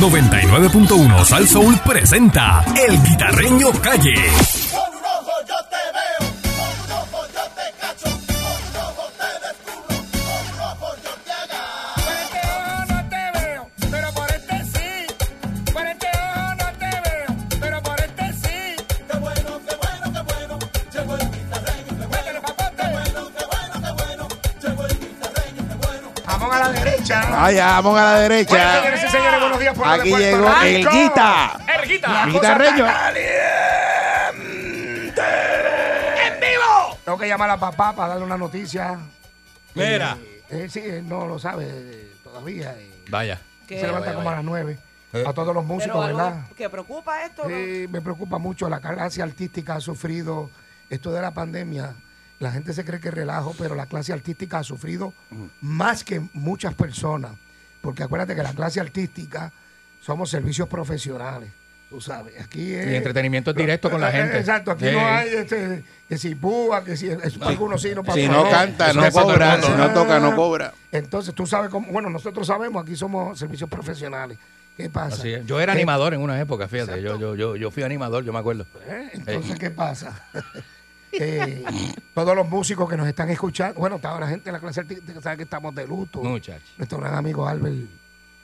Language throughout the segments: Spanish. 99.1 Sal Soul presenta El Guitarreño Calle. Por este ojo no te veo, pero por este sí. Por este ojo no te veo, pero por este sí. Qué bueno, qué bueno, qué bueno. Llegó el guitarreño, qué bueno. Qué bueno, qué bueno, qué bueno. Llegó el guitarreño, qué bueno. Vamos a la derecha. Vaya, vamos a la Bueno, derecha. señores y señores, buenos días. Pueblo Aquí de Puerto llegó el Rico. guita. El guitarra. El guitarreño. Tengo que llamar a papá para darle una noticia. Mira. Eh, sí, él no lo sabe eh, todavía. eh, Vaya. Eh. Que, se levanta como a las nueve. A todos los músicos, pero algo ¿verdad? que preocupa esto. ¿no? Sí, me preocupa mucho. La clase artística ha sufrido esto de la pandemia. La gente se cree que relajo, pero la clase artística ha sufrido más que muchas personas. Porque acuérdate que la clase artística somos servicios profesionales. Tú sabes, aquí es. Eh, Y entretenimiento es directo con la gente. Exacto, aquí Sí. no hay este, que si púa, que si. es- Algunos sí, no pasa Si nada. no canta, Eso no le pasa a todo el cobra. mundo. Si no toca, no cobra. Entonces tú sabes cómo. Bueno, nosotros sabemos, aquí somos servicios profesionales. ¿Qué pasa? Así es. Yo era Que- animador en una época, fíjate. Yo, yo, yo, yo fui animador, yo me acuerdo. ¿Eh? Entonces, ¿qué pasa? Eh, todos los músicos que nos están escuchando, bueno, toda la gente de la clase artística sabe que estamos de luto. Muchacho. Nuestro gran amigo Albert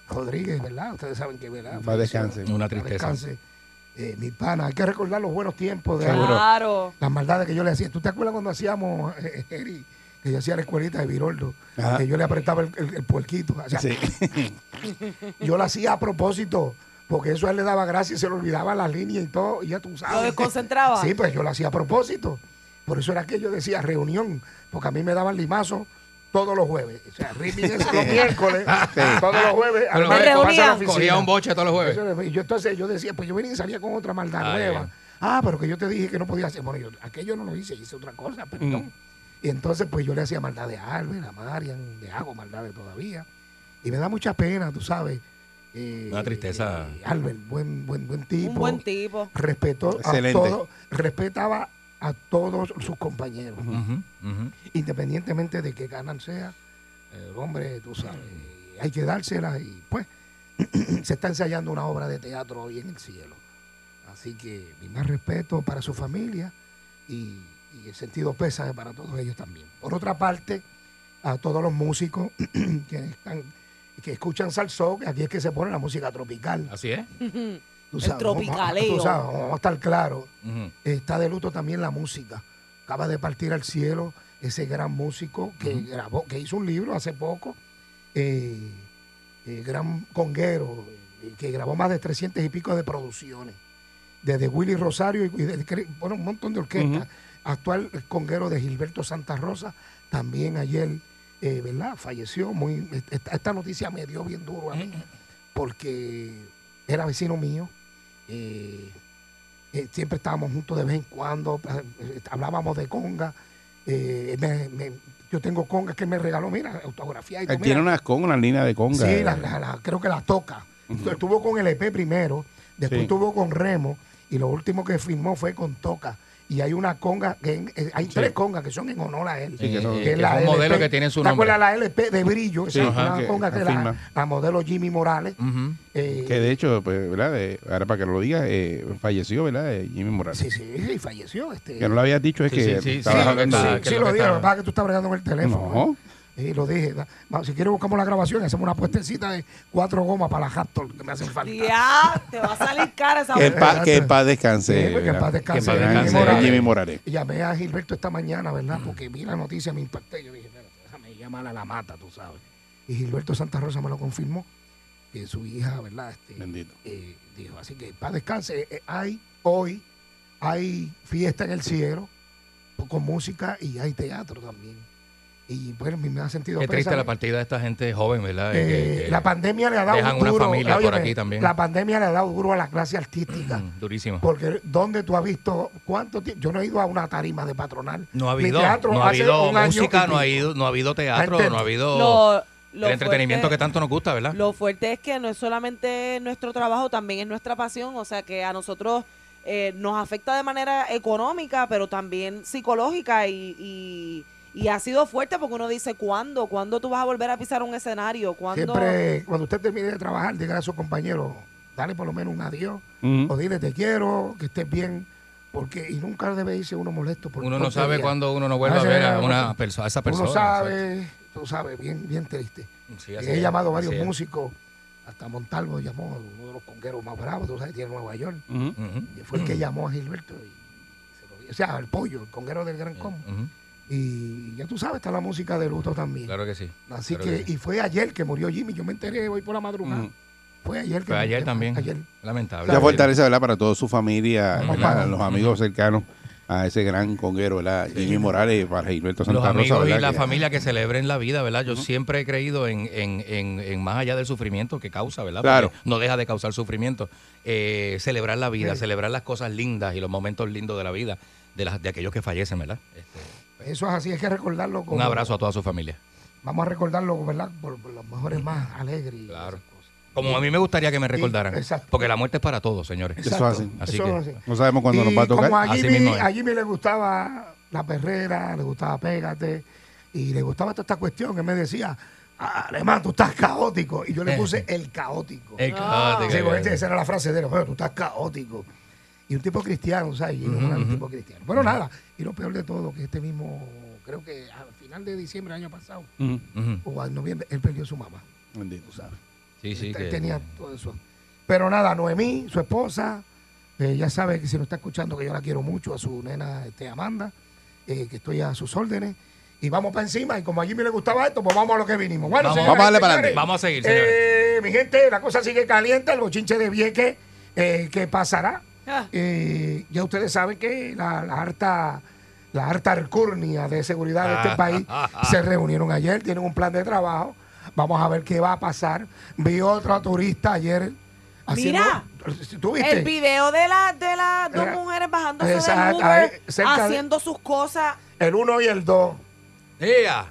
Rodríguez, ¿verdad? Ustedes saben que, ¿verdad? Para descanse. Para Una tristeza. descanse. Eh, mi pana, hay que recordar los buenos tiempos de Claro. las maldades que yo le hacía. ¿Tú te acuerdas cuando hacíamos, eh, Eri, que yo hacía la escuelita de Viroldo? Ajá. Que yo le apretaba el, el- el puerquito. O sea, Sí. Yo lo hacía a propósito, porque eso a él le daba gracia y se le olvidaba las líneas y todo, y ya tú sabes. Lo desconcentraba. Sí, pues yo lo hacía a propósito. Por eso era que yo decía reunión, porque a mí me daban limazo todos los jueves. O sea, Ripping es los miércoles, todos los jueves. Pero además de tomarse me a la reunían. oficina. Cogía un boche todos los jueves. Eso era- y yo entonces yo decía, pues yo venía y salía con otra maldad Ah, nueva. ya. Ah, pero que yo te dije que no podía hacer. Bueno, yo, aquello no lo hice, hice otra cosa, Mm. perdón. Y entonces, pues yo le hacía maldad de Albert, a Marian, le hago maldades todavía. Y me da mucha pena, tú sabes. Eh, Una tristeza. eh, Albert, buen, buen, buen tipo. Un buen tipo. Respetó Excelente. a todos, respetaba a todos sus compañeros, Ujú, ujú. independientemente de qué ganan sea. El hombre, tú sabes, hay que dársela y pues se está ensayando una obra de teatro hoy en el cielo. Así que mi más respeto para su familia y, y el sentido pésame para todos ellos también. Por otra parte, a todos los músicos que están que escuchan salsón, que aquí es que se pone la música tropical. Así es. Tú El sabes, vamos a- tropicaleo. tú sabes, vamos a estar claros. Ujú. Está de luto también la música. Acaba de partir al cielo ese gran músico que grabó, que hizo un libro hace poco, eh, eh, gran conguero, eh, que grabó más de 300 y pico de producciones. Desde Willy Rosario y, y de- cre- bueno, un montón de orquestas. Actual conguero de Gilberto Santa Rosa, también ayer, eh, ¿verdad? Falleció. Muy, esta, esta noticia me dio bien duro a mí, porque era vecino mío. eh, eh, siempre estábamos juntos de vez en cuando, eh, hablábamos de conga. eh, me- me- yo tengo congas que él me regaló, mira, autografía. Y todo, Él tiene mira. unas con una línea de conga. Sí, la- la- la- creo que la toca. Entonces, Estuvo con el EP primero, después Sí. estuvo con Remo y lo último que firmó fue con Toca. Y hay una conga, que en- eh, hay tres congas que son en honor a él. Eh, Sí, que son- es que son modelos que tienen su ¿Te nombre? acuerdas la LP de brillo? Esa Sí, es ajá, una que- conga que que la, firma. la modelo Jimmy Morales. Ujú. eh, Que de hecho, pues, ¿verdad? Eh, ahora para que lo diga, eh, falleció, ¿verdad? Eh, Jimmy Morales. sí, sí, y falleció. Este, Que no lo había dicho, es Sí, que sí, sí, estaba sí, hablando- que está- sí, sí es lo lo que dije, está- lo que pasa es que tú estás bregando con el teléfono. No. ¿eh? Y lo dije. da- va, Si quieres buscamos la grabación, hacemos una puestecita de cuatro gomas para la Raptor que me hacen falta. Ya, te va a salir cara esa Que en mujer. pa- que en paz descanse. Sí, que en ¿verdad? paz descanse, Que en paz Jimmy descanse, Morales. Jimmy Morales. Llamé a Gilberto esta mañana, ¿verdad? Porque vi la noticia, me impacté. Yo dije, "Espérate, déjame llamar a la mata, tú sabes. Y Gilberto Santa Rosa me lo confirmó, que su hija, ¿verdad? Este, Bendito. eh, dijo, así que para descanse, eh, eh, hay hoy, hay fiesta en el cielo, pues, con música y hay teatro también. Y bueno, me me ha sentido Qué triste pésame. la partida de esta gente joven, ¿verdad? Eh, Que- que- la pandemia le ha dado dejan una duro. familia por óyeme, aquí también. La pandemia le ha dado duro a la clase artística. Mm, Durísima. Porque ¿dónde tú has visto cuánto tiempo? Yo no he ido a una tarima de patronal. No ha Mi habido, teatro no ha hace habido un año música, y no ha, pico. ido, no ha habido teatro, Gente, no ha habido Lo- lo el entretenimiento fuerte- que tanto nos gusta, ¿verdad? Lo fuerte es que no es solamente nuestro trabajo, también es nuestra pasión, o sea que a nosotros eh, nos afecta de manera económica, pero también psicológica y, y- Y ha sido fuerte porque uno dice, ¿cuándo? ¿Cuándo tú vas a volver a pisar un escenario? ¿Cuándo? Siempre, cuando usted termine de trabajar, diga a su compañero, dale por lo menos un adiós, Ujú. o dile te quiero, que estés bien, porque y nunca debe irse uno molesto. Por Uno no sabe porquería. cuándo uno no vuelve a ver a, una perso- a esa persona. Uno sabe, tú sabes, bien, bien triste. Eh, Sí, así He es, llamado a varios así es. músicos, hasta Montalvo llamó, uno de los congueros más bravos, tú sabes, tiene Nueva York, Ujú. Ujú, y fue el que llamó a Gilberto, y se lo dio. o sea, el pollo, el conguero del Gran Combo. ujú, Y ya tú sabes, está la música de luto también. Claro que sí. Así claro que, sí. y fue ayer que murió Jimmy, yo me enteré hoy por la madrugada. Ujú. Fue ayer que Fue ayer que- también. ayer. Lamentable. La fortaleza, ¿verdad? Para toda su familia, Ujú. ¿verdad? los amigos cercanos a ese gran conguero, ¿verdad? Jimmy Morales, para Gilberto Santa Los amigos Rosa, ¿verdad? y la Que- familia que celebren la vida, ¿verdad? Yo siempre he creído en, en, en, en más allá del sufrimiento que causa, ¿verdad? Claro. Porque no deja de causar sufrimiento. Eh, celebrar la vida, Sí. celebrar las cosas lindas y los momentos lindos de la vida de, las, de aquellos que fallecen, ¿verdad? Este, Eso es así, hay que recordarlo. un como- abrazo a toda su familia. Vamos a recordarlo, ¿verdad? Por, por los mejores más alegres. y Claro. esas cosas. Como a mí me gustaría que me recordaran. exacto. Porque la muerte es para todos, señores. Eso Exacto, hacen. Así eso que hacen. No sabemos cuándo nos va a Y Como tocar. a Así Jimmy, mismo es. a Jimmy le gustaba la perrera, le gustaba Pégate, y le gustaba toda esta cuestión. Él me decía, "Ah, Alemán, tú estás caótico. Y yo le Eh. puse el caótico. Eh, Ah. cállate, Sí, pues, porque cállate. esa era la frase de él, "Oye, tú estás caótico. Y un tipo cristiano, ¿sabes? Jimmy Ujú, era un ujú. tipo cristiano. Bueno, nada, y lo peor de todo, que este mismo, creo que al final de diciembre del año pasado, Ujú. Ujú. o en noviembre, él perdió a su mamá, Bendito. tú sabes. Sí, sí. Él que- tenía todo eso. Pero nada, Noemí, su esposa, eh, ya sabe que si nos está escuchando que yo la quiero mucho, a su nena este, Amanda, eh, que estoy a sus órdenes. Y vamos para encima, y como a Jimmy le gustaba esto, pues vamos a lo que vinimos. Bueno, Vamos, señoras y vamos a darle para señores, adelante. Vamos a seguir, eh, mi gente, la cosa sigue caliente, el bochinche de Vieques, eh, que pasará. Ah. Eh, ya ustedes saben que la, la harta la harta alcurnia de seguridad de este país se reunieron ayer, tienen un plan de trabajo. Vamos a ver qué va a pasar. Vi otro turista ayer haciendo. Mira, ¿Tú viste? El video de las de las dos Eh, mujeres bajándose exacto, del Uber, ahí, cerca de- haciendo sus cosas. El 1 y el 2. ¡Ea!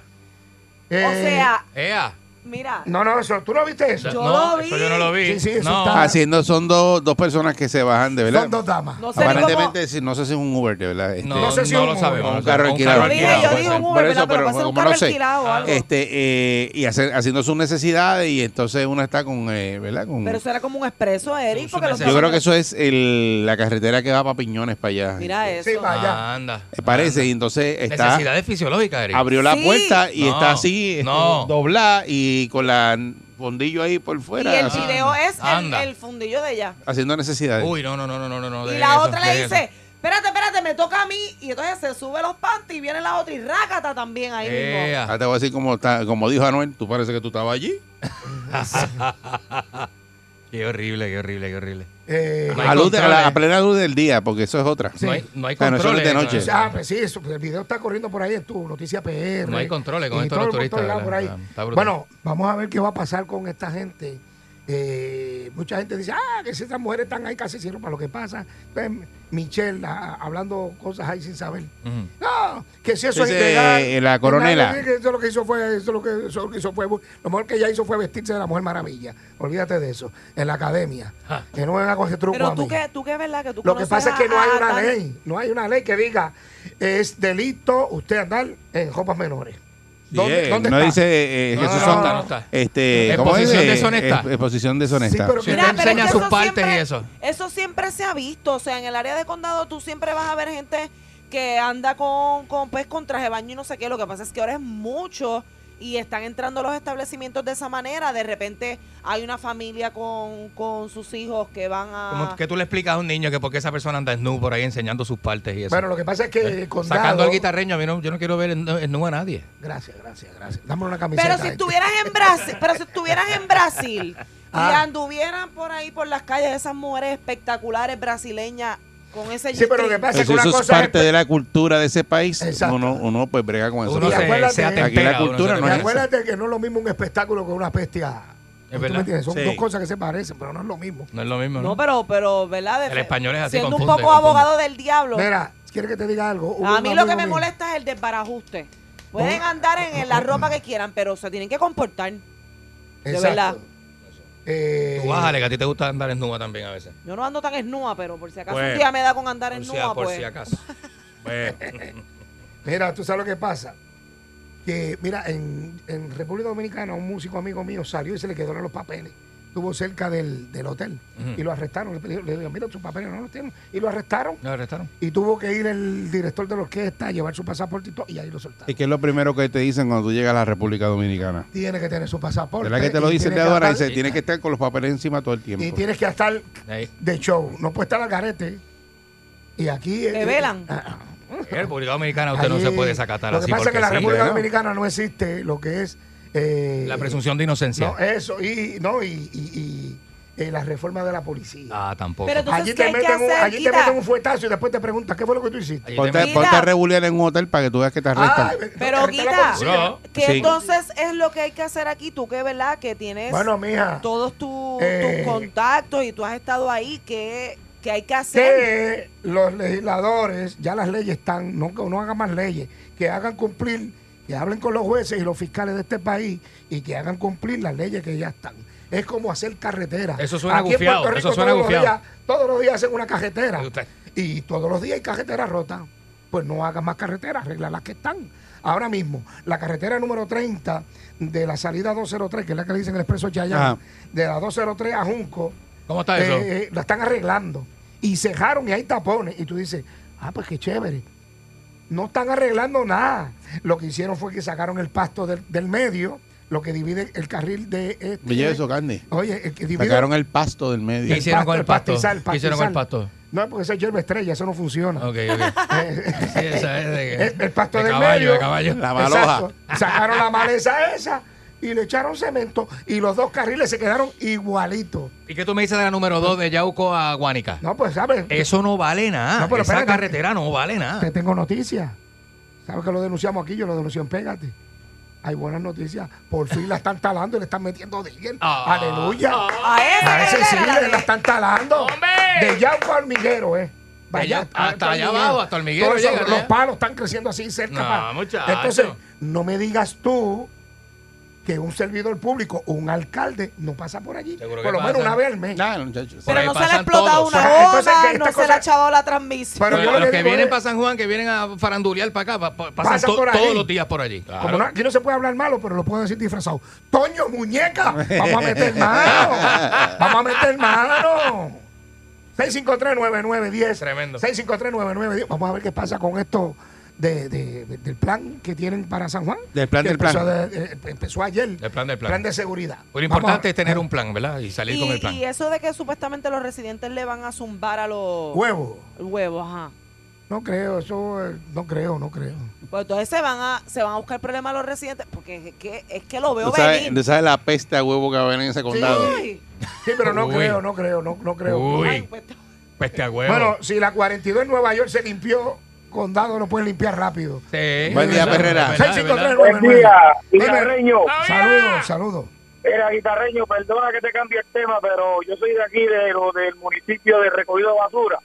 o sea, ¡Ea! mira, Eh, No, no, eso, ¿tú no viste eso? Yo no, lo eso vi. yo no lo vi. Sí, sí, eso no. Ah, está- Haciendo, Ah, son dos, dos personas que se bajan de verdad. Son dos damas. no sé ni cómo. Aparentemente, sí, no sé si es un Uber de verdad. Este, No, No sé si no un- lo sabemos. un no carro sabemos. alquilado. Yo dije, yo puede dije ser. un Uber, Por ¿verdad? eso, Pero pero puede ser un como carro no sé. alquilado o Ah, algo. Este, eh, y hacer- haciendo sus necesidades y entonces uno está con, eh, ¿verdad? Con, Pero eso era como un expreso, Eric, Eso porque me los hace- yo dos- creo que eso es el- la carretera que va para Piñones para allá. Mira eso. Sí, vaya. Ah, anda. Eh, parece, y anda. entonces está Necesidades fisiológicas, Eric. abrió la Sí. puerta y No, está así este, no. doblada y con la fondillo ahí por y fuera el así, video es el, Anda. el fundillo de ella. haciendo necesidades. Uy, no, no, no, no, no, no, no. Y dejen la eso, otra le dejen eso. dice, espérate, espérate, me toca a mí. Y entonces se sube los panties y viene la otra y rácata también ahí mismo. Ea. Ah, te voy a decir como, está- como dijo Anuel, tú parece que tú estabas allí. Qué horrible, qué horrible, qué horrible. Eh, No hay A, luz de- a la- controles. a plena luz del día, porque eso es otra. No hay, no hay Ah, no, eso no es controles. de no, noche. no, no. ah, pues sí, eso, pues el video está corriendo por ahí en tu noticia PR. No hay controles con y estos todo los el mundo turistas, ya ¿verdad? por ahí. Está brutal. Bueno, vamos a ver qué va a pasar con esta gente. Eh, mucha gente dice, ah, que si estas mujeres están ahí casi sin para lo que pasa. Entonces, Michelle ah, hablando cosas ahí sin saber. Ujú. No, que si eso Dice, es ilegal. eh, la que coronela. nadie- que Eso lo que hizo fue, eso lo que, eso lo que hizo fue, lo mejor que ella hizo fue vestirse de la Mujer Maravilla. Olvídate de eso. En la academia. Ja. Que no venga con ese truco a Pero mí. tú que, tú que es verdad que tú Lo que conoces pasa es que a- no hay a una tan- ley, no hay una ley que diga es delito usted andar en ropas menores. Sí, eh, no dice eh, eh, No, que no, esos no, son no, no está. este ¿cómo Exposición es? Eh, deshonesta. eh, exposición deshonesta. Sí, pero Sí, que Mira, te pero enseña es que sus su- eso partes siempre- y eso. Eso siempre se ha visto, o sea, en el área de condado tú siempre vas a ver gente que anda con, con pues con traje de baño y no sé qué, lo que pasa es que ahora es mucho y están entrando los establecimientos de esa manera, de repente hay una familia con, con sus hijos que van Como a... que tú le explicas a un niño que por qué esa persona anda desnudo por ahí enseñando sus partes y eso. Bueno, lo que pasa es que el Eh, condado. Sacando al guitarreño, a mí no- yo no quiero ver en- desnudo a nadie. Gracias, gracias, gracias. Dame una camiseta. Pero si gente. estuvieras en Brasil, pero si estuvieras en Brasil y Ah. anduvieran por ahí por las calles esas mujeres espectaculares brasileñas con ese Sí, pero lo que G-string. pasa es que Eso, una eso es cosa parte de la cultura de ese país. Exacto. Uno, uno pues brega con eso. Uno Y se, acuérdate- se atempera. Aquí la uno se cultura Y no es atempera. acuérdate que no es lo mismo un espectáculo que una pestia. Es verdad. Son Sí. dos cosas que se parecen, pero no es lo mismo. No es lo mismo. No, pero, pero, ¿verdad? El español es así, Siendo un confunde, poco confunde. abogado del diablo. Mira, ¿quieres que te diga algo? Hubo a un mí lo que amigo me mío- molesta es el desbarajuste. Pueden andar en, en la ropa que quieran, pero se tienen que comportar. Exacto. verdad. Eh, Tú bájale, que a ti te gusta andar desnuda también a veces. Yo no ando tan esnúa, pero por si acaso Bueno, un día me da con andar Pues, pues. Por en si, nua, por pues. si acaso. Bueno. Mira, tú sabes lo que pasa. que, mira, en, en República Dominicana un músico amigo mío salió y se le quedaron los papeles. Estuvo cerca del, del hotel y lo arrestaron. Le, dijeron, mira, tus papeles no los tienen. Y lo arrestaron. Ah. ¿Lo arrestaron? Y tuvo que ir el director de la orquesta a llevar su pasaporte y todo, y ahí lo soltaron. ¿Y qué es lo primero que te dicen cuando tú llegas a la República Dominicana? Tiene que tener su pasaporte. ¿Verdad que te lo y dicen tiene de que ahora? andar- Dice, tienes que estar con los papeles encima todo el tiempo. Y tienes que estar Ahí. de show. No puede estar al garete. Y aquí. Te eh, velan. ah, En República Ah, Dominicana ahí- usted no se puede desacatar Lo así que pasa es porque que la sí. República ¿verdad? Dominicana no existe lo que es. eh, La presunción de inocencia. No, eh. eso. Y, no, y, y- y, eh, la reforma de la policía. ah, tampoco. Pero tú- Entonces, allí ¿qué te, hay que meten un, hacer, allí te Guita? meten un fuetazo y después te preguntan, ¿qué fue lo que tú hiciste? Ahí te Ponte, meten- ponte a Guita. regular en un hotel para que tú veas que te arrestan. Ay, me- Pero no, te arresta la Guita, policía. No. que Sí. entonces es lo que hay que hacer aquí, tú que verdad que tienes Bueno, mija. todos tu- eh, tus contactos y tú has estado ahí, que, que hay que hacer. que los legisladores, ya las leyes están, no, no hagan más leyes, que hagan cumplir, que hablen con los jueces y los fiscales de este país y que hagan cumplir las leyes que ya están. Es como hacer carretera. Eso suena Aquí en gufiado, Puerto eso Rico suena todos los gufiado. días- todos los días hacen una carretera. Y usted- Y todos los días hay carreteras rotas. Pues no hagan más carreteras, arregla las que están. Ahora mismo, la carretera número 30 de la salida 203, que es la que le dicen el expreso Chayán, Ajá. de la 203 a Junco, ¿Cómo está eso? eh, eh, la están arreglando. Y cejaron y hay tapones. Y tú dices, ah, pues qué chévere. No están arreglando nada. Lo que hicieron fue que sacaron el pasto del, del medio, lo que divide el carril de... este- Me lleva eso, Candy. Oye, el que divide... Sacaron el pasto del medio. ¿Qué hicieron con el pasto? pastizal, ¿Qué hicieron con el pastizal. pasto? No, porque esa es hierba estrella, eso no funciona. Eh, Ok, ok. Sí, esa es de- el, el pasto de del caballo, medio. de caballo. La baloja. Exacto. Sacaron la maleza esa y le echaron cemento y los dos carriles se quedaron igualitos. ¿Y qué tú me dices de la número 2 de Yauco a Guánica? No, pues, ¿sabes? Eso no vale nada. No, pero Esa espérate. carretera no vale Te nada. tengo noticias. ¿Sabes que lo denunciamos aquí? Yo lo denuncio en Pégate. Hay buenas noticias. Por fin la están talando y le están metiendo diel. Ah. Aleluya. A ese, A ese que sí, era la le la de- están talando. ¡Hombre! De Yauco al Miguero, ¿eh? allá- hasta allá Hormiguero. abajo, hasta Hormiguero Todo eso, llega, Los ¿no? palos están creciendo así cerca. No, pa- muchacho. Entonces, no me digas tú que un servidor público o un alcalde no pasa por allí. Seguro por que lo menos pasa. una vez al mes. Nada, muchachos. Por Pero ahí no se le ha pasan explotado todos. una Pues, entonces, onda, que no esta se le cosa- ha echado la transmisión. Pero yo los lo que digo vienen es- para San Juan, que vienen a farandulear para acá, pa- pa- pasan Pasa to- por ahí. todos los días por allí. Como no, aquí no se puede hablar malo, pero lo puedo decir disfrazado. Toño, muñeca, vamos a meter mano. vamos a meter mano. 653-9910. Tremendo. 653-9910. Vamos a ver qué pasa con esto de, de- de- del plan que tienen para San Juan. Del plan que del plan. empezó de- eh, empezó ayer. El plan del plan. de seguridad. Lo Vamos importante a- es tener un plan, ¿verdad? Y salir con el Y, plan. y eso de que supuestamente los residentes le van a zumbar a los Huevo. huevos, ajá. No creo, eso. eh, No creo, no creo. Pues entonces se van a, se van a buscar problemas los residentes, porque es que, es que lo veo ¿Tú sabes, venir. tú sabes la peste a huevo que va a haber en ese condado? Ay, Sí, pero no Uy. creo, no creo, no, no creo. ay, Uy, pues, peste a huevo. Bueno, si la 42 en Nueva York se limpió, condado lo pueden limpiar rápido. Sí, Buen día, es verdad, Perrera. es verdad, es verdad. Buen día, 65399. guitarreño. Dime. Ah. Saludos, saludos. Mira, guitarreño, perdona que te cambie el tema, pero yo soy de aquí, de lo del municipio de Recogido de Basura.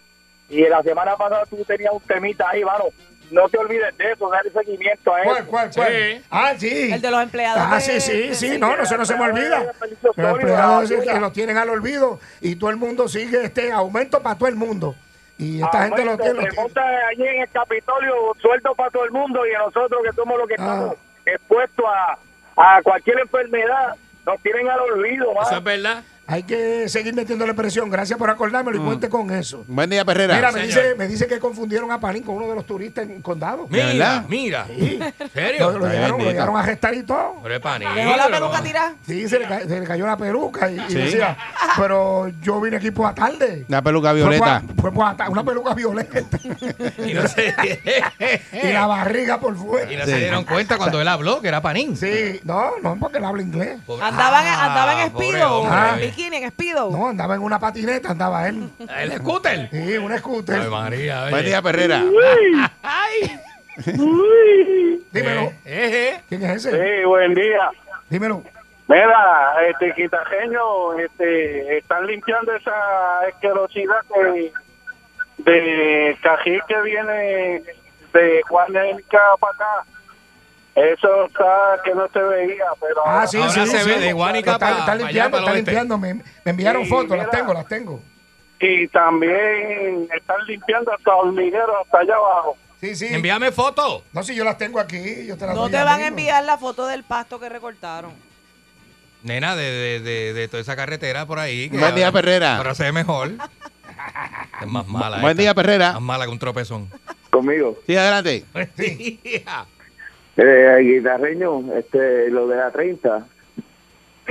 Y la semana pasada tú tenías un temita ahí, mano. No te olvides de eso, darle seguimiento a ¿Cuál, eso. cuál, cuál? Sí. Ah, sí. El de los empleados Ah, de- sí, sí, de- sí. de- No, no, eso no se me olvida. Los empleados es que los tienen al olvido y todo el mundo sigue este aumento para todo el mundo. Y Ah, esta gente lo tiene. lo Se tiene. monta allí en el Capitolio, sueldo para todo el mundo y a nosotros que somos los que Ah. estamos expuestos a, a cualquier enfermedad, nos tienen al olvido, mano. Eso es verdad. Hay que seguir metiéndole presión. Gracias por acordármelo y cuente con eso. Buen día, Perrera. Mira, me señor. dice, me dice que confundieron a Panín con uno de los turistas en condado. ¿De Mira, verdad? mira. Sí. ¿En Lo, serio? lo llegaron, lo bendito. llegaron a gestar y todo. Pero es panín, Dejó la pero- peluca tirada. Sí, se le, ca- se le cayó la peluca y, y Sí. decía, pero yo vine aquí por la tarde. Una peluca Fue por violeta. la- fue por la ta- una peluca violeta Y no se, Eh. y la barriga por fuera. y no se dieron cuenta cuando él habló que era panín. Sí, no, no porque él habla inglés. Pobre- Andaba, en- Ah, andaba en pobre Speedo, hombre. Ah. en bikini, en Speedo. No, andaba en una patineta, andaba él. El scooter. Sí, un Ay, scooter. María. oye. Pues, Buen día, Perrera. Ay. Dímelo. Eh, eh. ¿Quién es ese? Sí, buen día. Dímelo. Mira, este quitajeño, este, están limpiando esa esquerosidad de, de cají que viene de Guanica para acá. Eso está que no se veía, pero Ah, sí, Ahora sí, se sí. ve de Guánica Lo está, pa- está pa allá, limpiando, para el está oeste. limpiando. Me, me enviaaron Sí, fotos, las mira. tengo, las tengo. y también están limpiando hasta hormigueros hasta allá abajo. Sí, Sí, sí. Envíame foto. No, si yo las tengo aquí, yo te las No doy, te van a amigo. enviar la foto del pasto que recortaron. Nena, de, de, de, de toda esa carretera por ahí. que Buen día, Perrera. Para ser mejor. Es más mala. Buen esta. día, Perrera. Más mala que un tropezón. Conmigo. Sí, adelante. Eh, guitarreño, este, lo de la 30,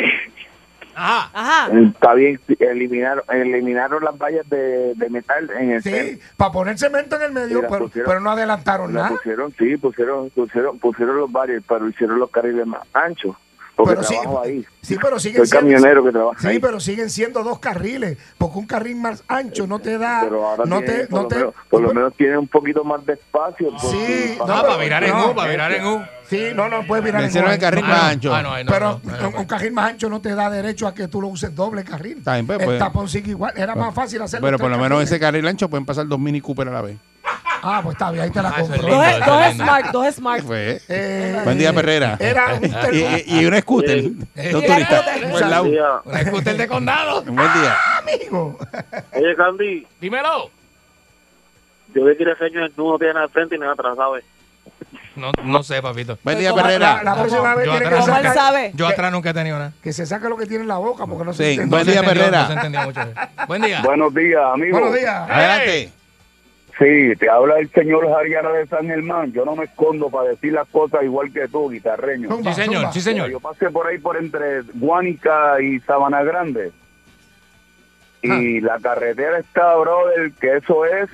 Ajá. Ajá. está bien, eliminaron, eliminaron las vallas de, de metal en el Sí, centro. para poner cemento en el medio, Sí, la pero, pusieron. pero no adelantaron La nada. pusieron, sí, pusieron, pusieron, pusieron los barrios, pero hicieron los carriles más anchos, porque Pero sí, trabajo ahí. sí, pero siguen Soy siendo- camionero que trabaja Sí, ahí. pero siguen siendo dos carriles, porque un carril más ancho no te da. Pero ahora Ah. no tiene, te, por, no lo te- menos, por lo menos tiene un poquito más de espacio. porque Sí, No, No, Ah, para pero- virar en no. U, para virar en U. Sí, no, no puedes virar Le en hicieron un- el carril no, más no. ancho. Ah, no, eh, no, pero no, un- un carril más ancho no te da derecho a que tú lo uses doble carril. Está bien, pues, El pues. tapón sigue igual. Era más fácil hacerlo. Bueno, por lo menos ese ese. carril ancho pueden pasar dos mini Cooper a la vez. Ah, pues está bien, ahí te la Ah, eso es compro. lindo. Dos, eso dos es lindo. smart, dos smart. Fue. Eh, Buen día, Perrera. Era un Y, ter- y- y un scooter. Dos Sí. turistas. Sí. Buen lado. Un scooter de condado. Buen día. amigo. Oye, Candy, Dímelo. yo vi que el señor desnudo tiene al frente y me atrasado. eh. No, no sé, papito. Buen Pues día, como Perrera. La, la próxima vez Yo tiene que atrás. ¿Cómo él sacar, sabe? Yo atrás nunca he tenido nada. que se saque lo que tiene en la boca, porque no Sí, se entiende. Buen No se día, entendió, Perrera. No se entendió mucho. Buen día. Buenos días, amigo. Buenos días. Adelante. Sí, te habla el señor Jariana de San Germán. Yo no me escondo para decir las cosas igual que tú, guitarreño. Zumba, Sí, señor. zumba. Sí, Yo señor. pasé por ahí por entre Guánica y Sabana Grande. Y la carretera está, brother, que eso es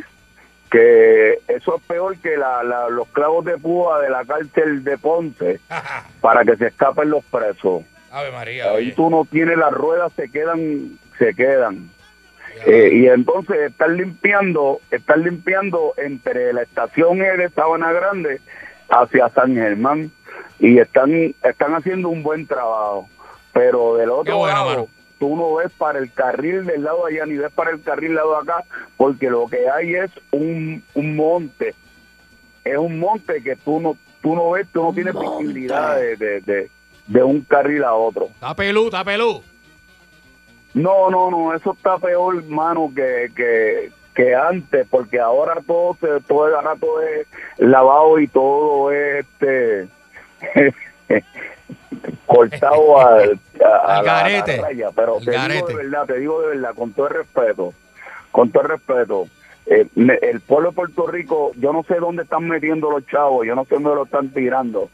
que eso es peor que la- la- los clavos de púa de la cárcel de Ponce para que se escapen los presos. Ave María. Ahí oye. tú no tienes las ruedas, se quedan, se quedan. Eh, y entonces están limpiando, están limpiando entre la estación E de Sabana Grande hacia San Germán y están, están haciendo un buen trabajo. Pero del Qué otro bueno, lado, mano. tú no ves para el carril del lado de allá ni ves para el carril del lado de acá, porque lo que hay es un, un monte. Es un monte que tú no, tú no ves, tú no tienes posibilidad de- de- de- de un carril a otro. Está pelú, está pelú. No, no, no, eso está peor, mano, que, que, que antes, porque ahora todo, se, todo el rato es lavado y todo es este, cortado al, a, a Al la- a la garete. raya. Pero Al te garete. digo de verdad, te digo de verdad, con todo el respeto, con todo el respeto. eh, me- el pueblo de Puerto Rico, yo no sé dónde están metiendo los chavos, yo no sé dónde lo están tirando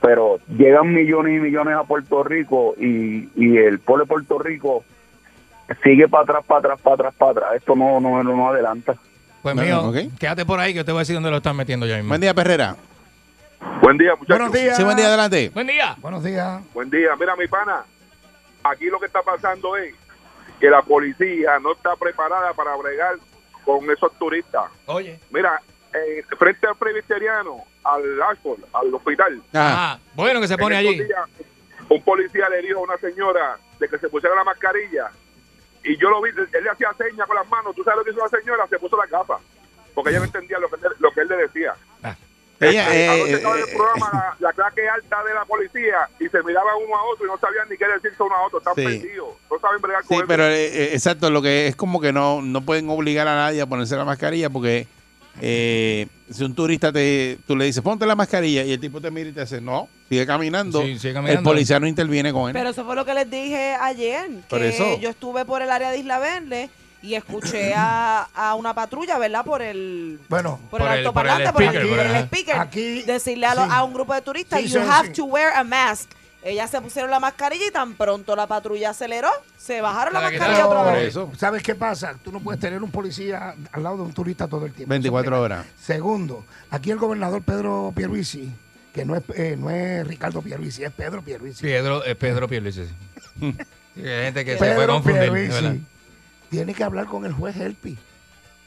pero llegan millones y millones a Puerto Rico y, y el pueblo de Puerto Rico sigue para atrás, para atrás, para atrás, para atrás. Esto no, no, no, no adelanta. Pues Bueno, mío, ok. quédate por ahí que yo te voy a decir dónde lo están metiendo ya mismo. Buen día, Perrera. Buen día, muchachos. Buenos días. Sí, buen día, adelante. Buen día. Buenos días. Buen día. Mira, mi pana, aquí lo que está pasando es que la policía no está preparada para bregar con esos turistas. Oye. Mira, eh, frente al presbiteriano, al Ashford, al hospital, Ajá. Ah, bueno que se pone en allí. estos días, un policía le dijo a una señora de que se pusiera la mascarilla y yo lo vi, él le hacía señas con las manos. ¿Tú sabes lo que hizo la señora? Se puso la capa porque ella no entendía lo que él, lo que él le decía. Ella, eh, Anoche estaba en eh, el programa la, la clase alta de la policía y se miraban uno a otro y no sabían ni qué decirse uno a otro. Están Sí. perdidos. No saben bregar Sí, con eso. pero eh, eh, exacto, lo que es como que no, no pueden obligar a nadie a ponerse la mascarilla porque eh, si un turista te, tú le dices ponte la mascarilla y el tipo te mira y te dice no, sigue caminando, Sí, sigue caminando. el policía no interviene con él. Pero eso fue lo que les dije ayer, Por que eso. yo estuve por el área de Isla Verde y escuché a, a una patrulla, ¿verdad? Por el Bueno, por, el, Por el- por el altoparlante, por el, speaker, por el ¿verdad? speaker, Aquí- decirle a, lo- sí. a un grupo de turistas, Sí, you sí, have sí. to wear a mask. Ellas se pusieron la mascarilla y tan pronto la patrulla aceleró, se bajaron la Para que mascarilla no- otra Por vez. eso. ¿Sabes qué pasa? Tú no puedes tener un policía al lado de un turista todo el tiempo. 24 Eso es horas. penal. Segundo, aquí el gobernador Pedro Pierluisi, que no es, eh, no es Ricardo Pierluisi, es Pedro Pierluisi. Pedro, eh, Pedro Pierluisi. Sí, Hay gente que se puede Pedro confundir. ¿verdad? Pierluisi tiene que hablar con el juez Helpi.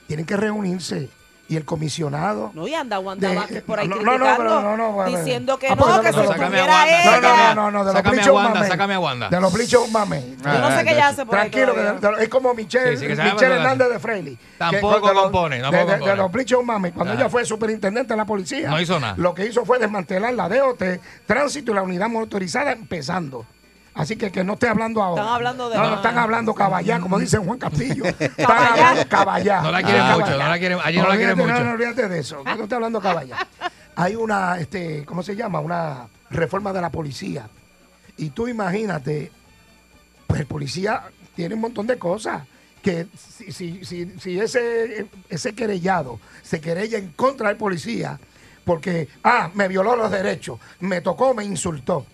Tienen que reunirse. Y el comisionado. No, y anda Wanda De- Vázquez por ahí no, no, no, criticando, pero no, no, bueno. diciendo que Ah, no, porque que no, se lo no, sácame a pusiera Wanda, ella. No, sácame no, a- no, no, de los Sácame a pinchos Wanda, mame. sácame a Wanda. Ah, De los pinchos mame. Yo no sé qué ella hace por ahí Tranquilo, que todavía. de- de- es como Michelle, Sí, sí, que se llama Michelle Fernanda. Hernández de Freire. Tampoco compone, tampoco de, de- de compone. los Blichos Mami, cuando Ah. ella fue superintendente de la policía, No hizo nada. lo que hizo fue desmantelar la DOT, tránsito y la unidad motorizada empezando. Así que que no esté hablando ahora. Están hablando de No, no más. están hablando caballá, como dice Juan Castillo. Están hablando caballá. No la quieren Caballá. mucho, no la quieren- allí no la Olvídate, quieren mucho. No, no, olvídate de eso. que No estoy hablando caballá. Hay una, este, ¿cómo se llama? Una reforma de la policía. Y tú imagínate, pues el policía tiene un montón de cosas. Que si, si, si, si ese, ese querellado se querella en contra del policía, porque, ah, me violó los derechos, me tocó, me insultó.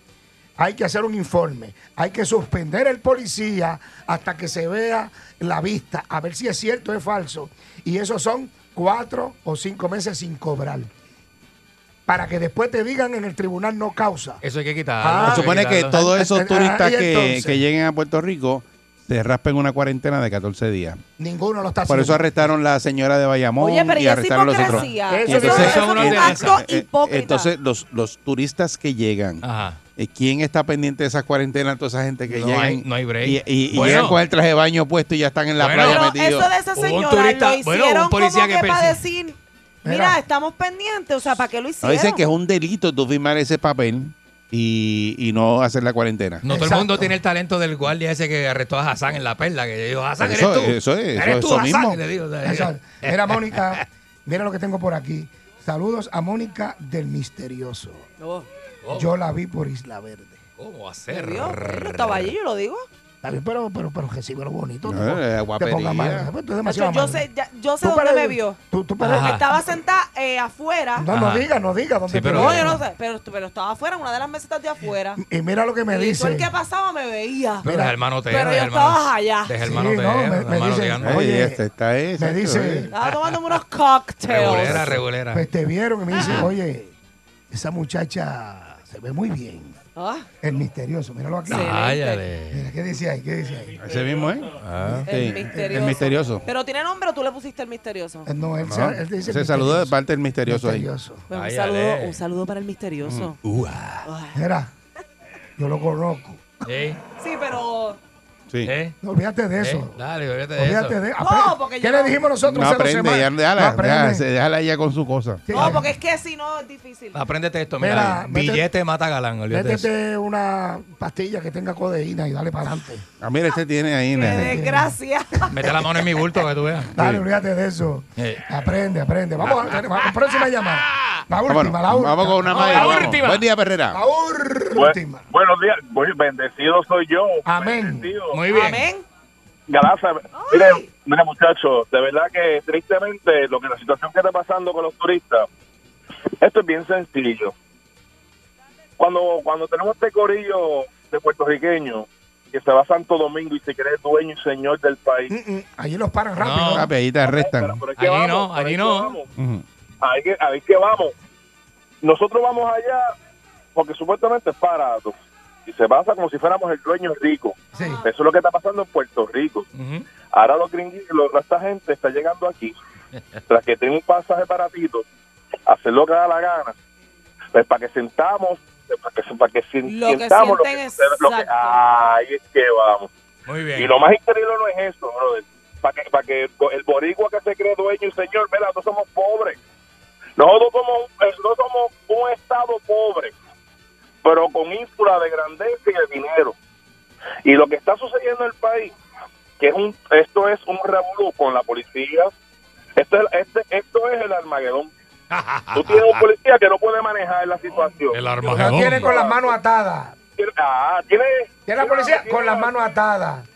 Hay que hacer un informe, hay que suspender el policía hasta que se vea la vista, a ver si es cierto o es falso. Y eso son cuatro o cinco meses sin cobrar. Para que después te digan en el tribunal no causa. Eso hay que Ah. quitar. Se supone que todos Ah, esos ah, turistas y que, entonces. que lleguen a Puerto Rico se raspen una cuarentena de 14 días. Ninguno lo está Por haciendo. eso arrestaron la señora de Bayamón Ah, Oye, pero y ¿y esa arrestaron los otros. hipocresía? Eso Y es- eso es una eh, acto eh, hipócrita. Entonces, los, los turistas que llegan, Ajá. eh, ¿quién está pendiente de esas cuarentenas? Toda esa gente que No llegan. hay- no hay break. Y, y- y Bueno. llegan con el traje de baño puesto y ya están en la Bueno. playa Pero metidos. eso de esa Hubo un señora turista- lo bueno, hicieron un policía como que que, para persigue. decir, mira, Mira. estamos pendientes, o sea, ¿para qué lo No hicieron? dicen que es un delito tú firmar ese papel y, y no hacer la cuarentena. No todo el Exacto. mundo tiene el talento del guardia ese que arrestó a Hassan en la perla, que yo digo, Hassan, eres Eso- tú. eso es, eres eso- tú, eso Hassan", mismo. le digo, o sea, Eso- Mira, Mónica, mira lo que tengo por aquí. Saludos a Mónica del Misterioso. Oh, Oh. Yo la vi por Isla Verde. ¿Cómo Dios, hacer? yo no estaba allí, yo lo digo. Está bien, pero, pero, pero recíbelo bonito. No, te pon- eh, te guapería. ponga mal. Pues, Tú eres demasiado Nacho, yo amable. sé, ya- yo sé Tú dónde para- me vio. tú- tú para- Ajá. Estaba sentada eh, afuera. No, no Ajá. diga, no diga dónde Sí, te pero- vio. No, yo no sé, pero, pero estaba afuera, en una de las mesetas de afuera. Y mira lo que me y todo dice. el que pasaba me veía. Pero Mira, deja el manoteo, pero deja yo el mano- estaba allá. Deja el Sí, manoteo, no, me- el me manoteando. dicen, Ay, Oye, este está ese, me dice, eh. Estaba tomándome unos cocktails. Regulera, regulera. pues te vieron y me dice, oye, esa muchacha se ve muy bien. Ah, El misterioso, míralo aquí. Cállale. Mira, ¿qué dice ahí? ¿Qué dice ahí? Ese mismo, ¿eh? Ah. Sí, el misterioso. El misterioso. Pero tiene nombre o tú le pusiste el misterioso. Eh, No, él, No, se- él te dice se saludó de misterioso. parte del misterioso, Misterioso. Pues un, Ay, saludo, ale. un saludo para el misterioso. Ah. Mira, yo lo conozco. ¿Eh? Sí, pero. ahí. Sí. ¿Eh? No, olvídate de eso. ¿Eh? Dale, olvídate de Olvídate eso. de No, porque ¿Qué yo le no- dijimos nosotros? No hace dos aprende, ya, semanas? No déjala, aprende. déjala, déjala ella con su cosa. Sí. No, porque es que si no es difícil. Apréndete esto, Mira, mira. vete- Billete mata galán, olvídate de eso. Métete una pastilla que tenga codeína y dale para adelante. Ah, mira, este tiene ahí, Qué Eh, nena. desgracia. Mete la mano en mi bulto que tú veas. Dale, Sí. olvídate de eso. Eh. Aprende, aprende. Vamos a la próxima llamada. La última, Ah. Vámonos, la última. Ah, Vamos con una más. y la nos vamos. última. Buen día, Perrera. La última. buenos días, Voy- bendecido soy yo. Amén. Bendecido. Muy bien. Amén. Galaza, mire, mire muchachos, de verdad que tristemente lo que la situación que está pasando con los turistas, esto es bien sencillo. Cuando cuando tenemos este corillo de puertorriqueños que se va a Santo Domingo y se cree dueño y señor del país. Mm, mm, Allí los paran No. rápido. Papi, ahí te arrestan. Pero es que Allí vamos, no, pero es allí que no. vamos. Ujú. Ahí que, ahí que vamos. Nosotros vamos allá porque supuestamente es barato. Y se pasa como si fuéramos el dueño rico. Sí. Eso es lo que está pasando en Puerto Rico. Ujú. Ahora los gringuitos, lo- esta gente está llegando aquí, tras que tiene un pasaje baratito, hacer lo que da la gana, pues para que sentamos, pues, para que, para que sin- Lo que sintamos lo que, sienten, lo que- ah. exacto. ahí es que vamos. Muy Y bien. lo más increíble no es eso, brother. Para que, para que el bo- el boricua que se cree dueño y señor, ¿verdad? Nosotros somos pobres. Nosotros somos, eh, no somos un Estado pobre, pero con ínsula de grandeza y de dinero. Y lo que está sucediendo en el país, que es un, esto es un revolú con la policía, esto es, este- esto es el Armagedón. Tú tienes un policía que no puede manejar la situación. Ah, El La armagedón. tiene con las manos atadas. Tiene- Ah, tiene... Tiene la policía con las manos atadas.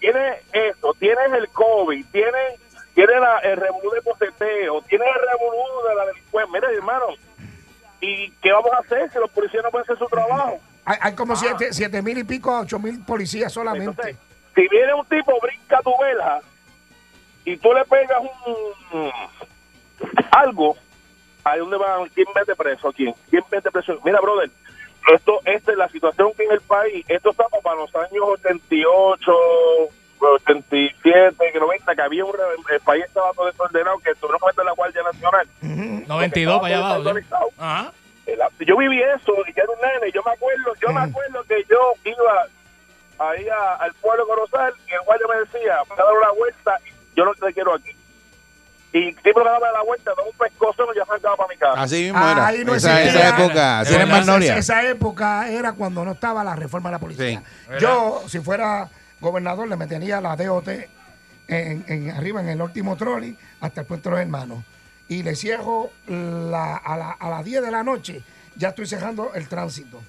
tienes eso, tienes el COVID, tienes, tienes la, el revolú de poseteo, tienes el revolú de la delincuencia. Mira, hermano, ¿y qué vamos a hacer si los policías no pueden hacer su trabajo? Hay, hay Ah. como siete, siete mil y pico a ocho mil policías solamente. Entonces, si viene un tipo, brinca tu vela y tú le pegas un algo, ¿a dónde van? ¿Quién mete preso? ¿Quién? ¿Quién mete preso? Mira, brother, esto, esta es la situación que en el país, esto estamos para los años 88, 87, 90, que había un, re- el país estaba todo desordenado, que tuvieron que meter la Guardia Nacional. 92 para allá abajo. ¿eh? ¿sí? Desorganizado. Ajá. El- Yo viví eso y ya era un nene. Yo me acuerdo, yo me acuerdo que yo iba ahí a- al pueblo de Corozal y el guardia me decía, me voy a dar una vuelta, yo no te quiero aquí. y tipo que daba la vuelta, daba un pescozo y ya saltaba para mi casa. Así mismo era. Ah, ahí no esa, existía. esa época. Es Así era en verdad, Magnolia. Esa época era cuando no estaba la reforma de la policía. ¿Verdad? Yo, si fuera gobernador, le metería la DOT en, en- arriba en el último trolley hasta el puente de los hermanos. Y le cierro la- a, la- a las 10 de la noche, ya estoy cerrando el tránsito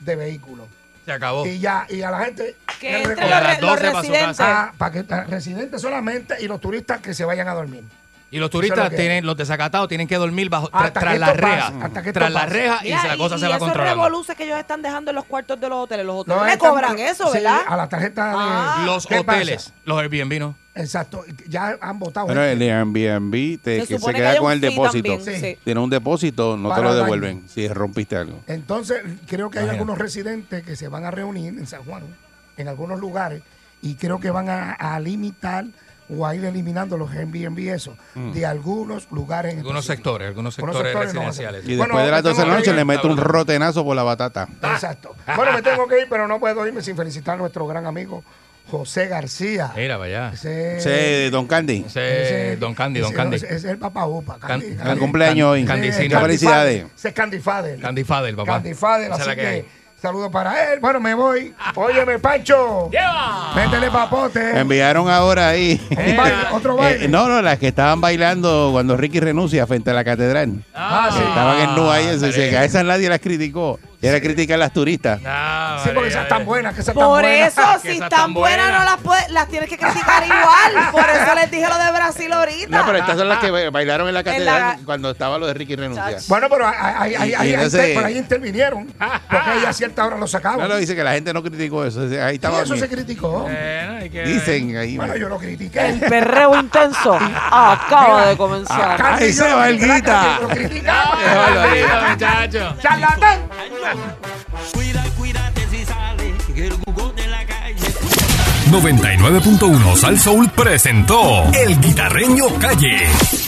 de vehículos. Se acabó. Y ya, y a la gente. Que le entre recojo- a los, las re- los 12 para su residentes. casa. Ah, para que ah, residentes solamente y los turistas que se vayan a dormir. Y los Eso es turistas, lo que- tienen, los desacatados, tienen que dormir bajo, tra- Hasta que tras esto las pase, rejas. hasta que esto Tras las pase. rejas y Mira, la cosa y se va esos controlando. revoluces que ellos están dejando en los cuartos de los hoteles. Los No hoteles le están- cobran eso, sí, ¿verdad? A la tarjeta de. Ah. Los ¿Qué pasa? hoteles, los Airbnb, ¿no? Exacto. Ya han votado. Pero gente. el Airbnb te, Se que se supone que hay queda un con el fee depósito. también, Sí. sí. Tiene un depósito, no te Para lo daño. devuelven si rompiste algo. Entonces, creo que hay Imagínate. algunos residentes que se van a reunir en San Juan, en algunos lugares, y creo que van a, a limitar o a ir eliminando los Airbnb eso, de algunos lugares. en Mm. Algunos específico. sectores, algunos Algunos sectores, sectores no van a ser. residenciales. Y Bueno, después de las tengo 12 de la que noche ir. le mete un rotenazo por la batata. Ah. Exacto. Bueno, me tengo que ir, pero no puedo irme sin felicitar a nuestro gran amigo José García. Mira, vaya. Ese- Sí, Don Candy. Ese, ese- Don Candy, Don ese- Candy. Ese es el papá Upa. Candy, Can- Candy. Al cumpleaños hoy. Candy Ese es Sina. Muchas felicidades. Father, Ese es Candy Fader. Candy Fader, papá. Candy Fader, Esa es así la que, que hay. saludo para él. Bueno, me voy. Óyeme, Pancho. Métele papote. Enviaron ahora ahí. Un baile, otro baile. Eh, no, no, las que estaban bailando cuando Ricky renuncia frente a la catedral. Ah, sí. Estaban en nu ahí, eso, Ah, dice que a esas nadie las criticó. Era criticar a las turistas. Ah, Sí, porque María, esas eh. tan buenas, que esas tan Por buenas. eso, que si esas están tan buenas, buenas. no las, puede- las tienes que criticar igual. Por eso les dije lo de Brasil ahorita. No, pero estas son las que Ah. bailaron en la catedral la- cuando estaba lo de Ricky renuncia. Bueno, pero ahí, ahí- ahí- Y- y ahí- entonces- ahí- por ahí intervinieron. Porque ahí a cierta hora lo sacaban. No, no, dice que la gente no criticó eso. dice, Ahí Sí, estaba. eso bien. se criticó. Bueno, hay que- Dicen ahí. Bueno, yo lo El critiqué. perreo intenso acaba de comenzar. Ah, Ahí se va el guita. Lo criticaba. Qué barbaridad. Mira, muchacho. ¡Charlatán! Cuida, cuídate si sale, que el jugón de la calle. 99.1 Sal Soul presentó El Guitarreño Calle.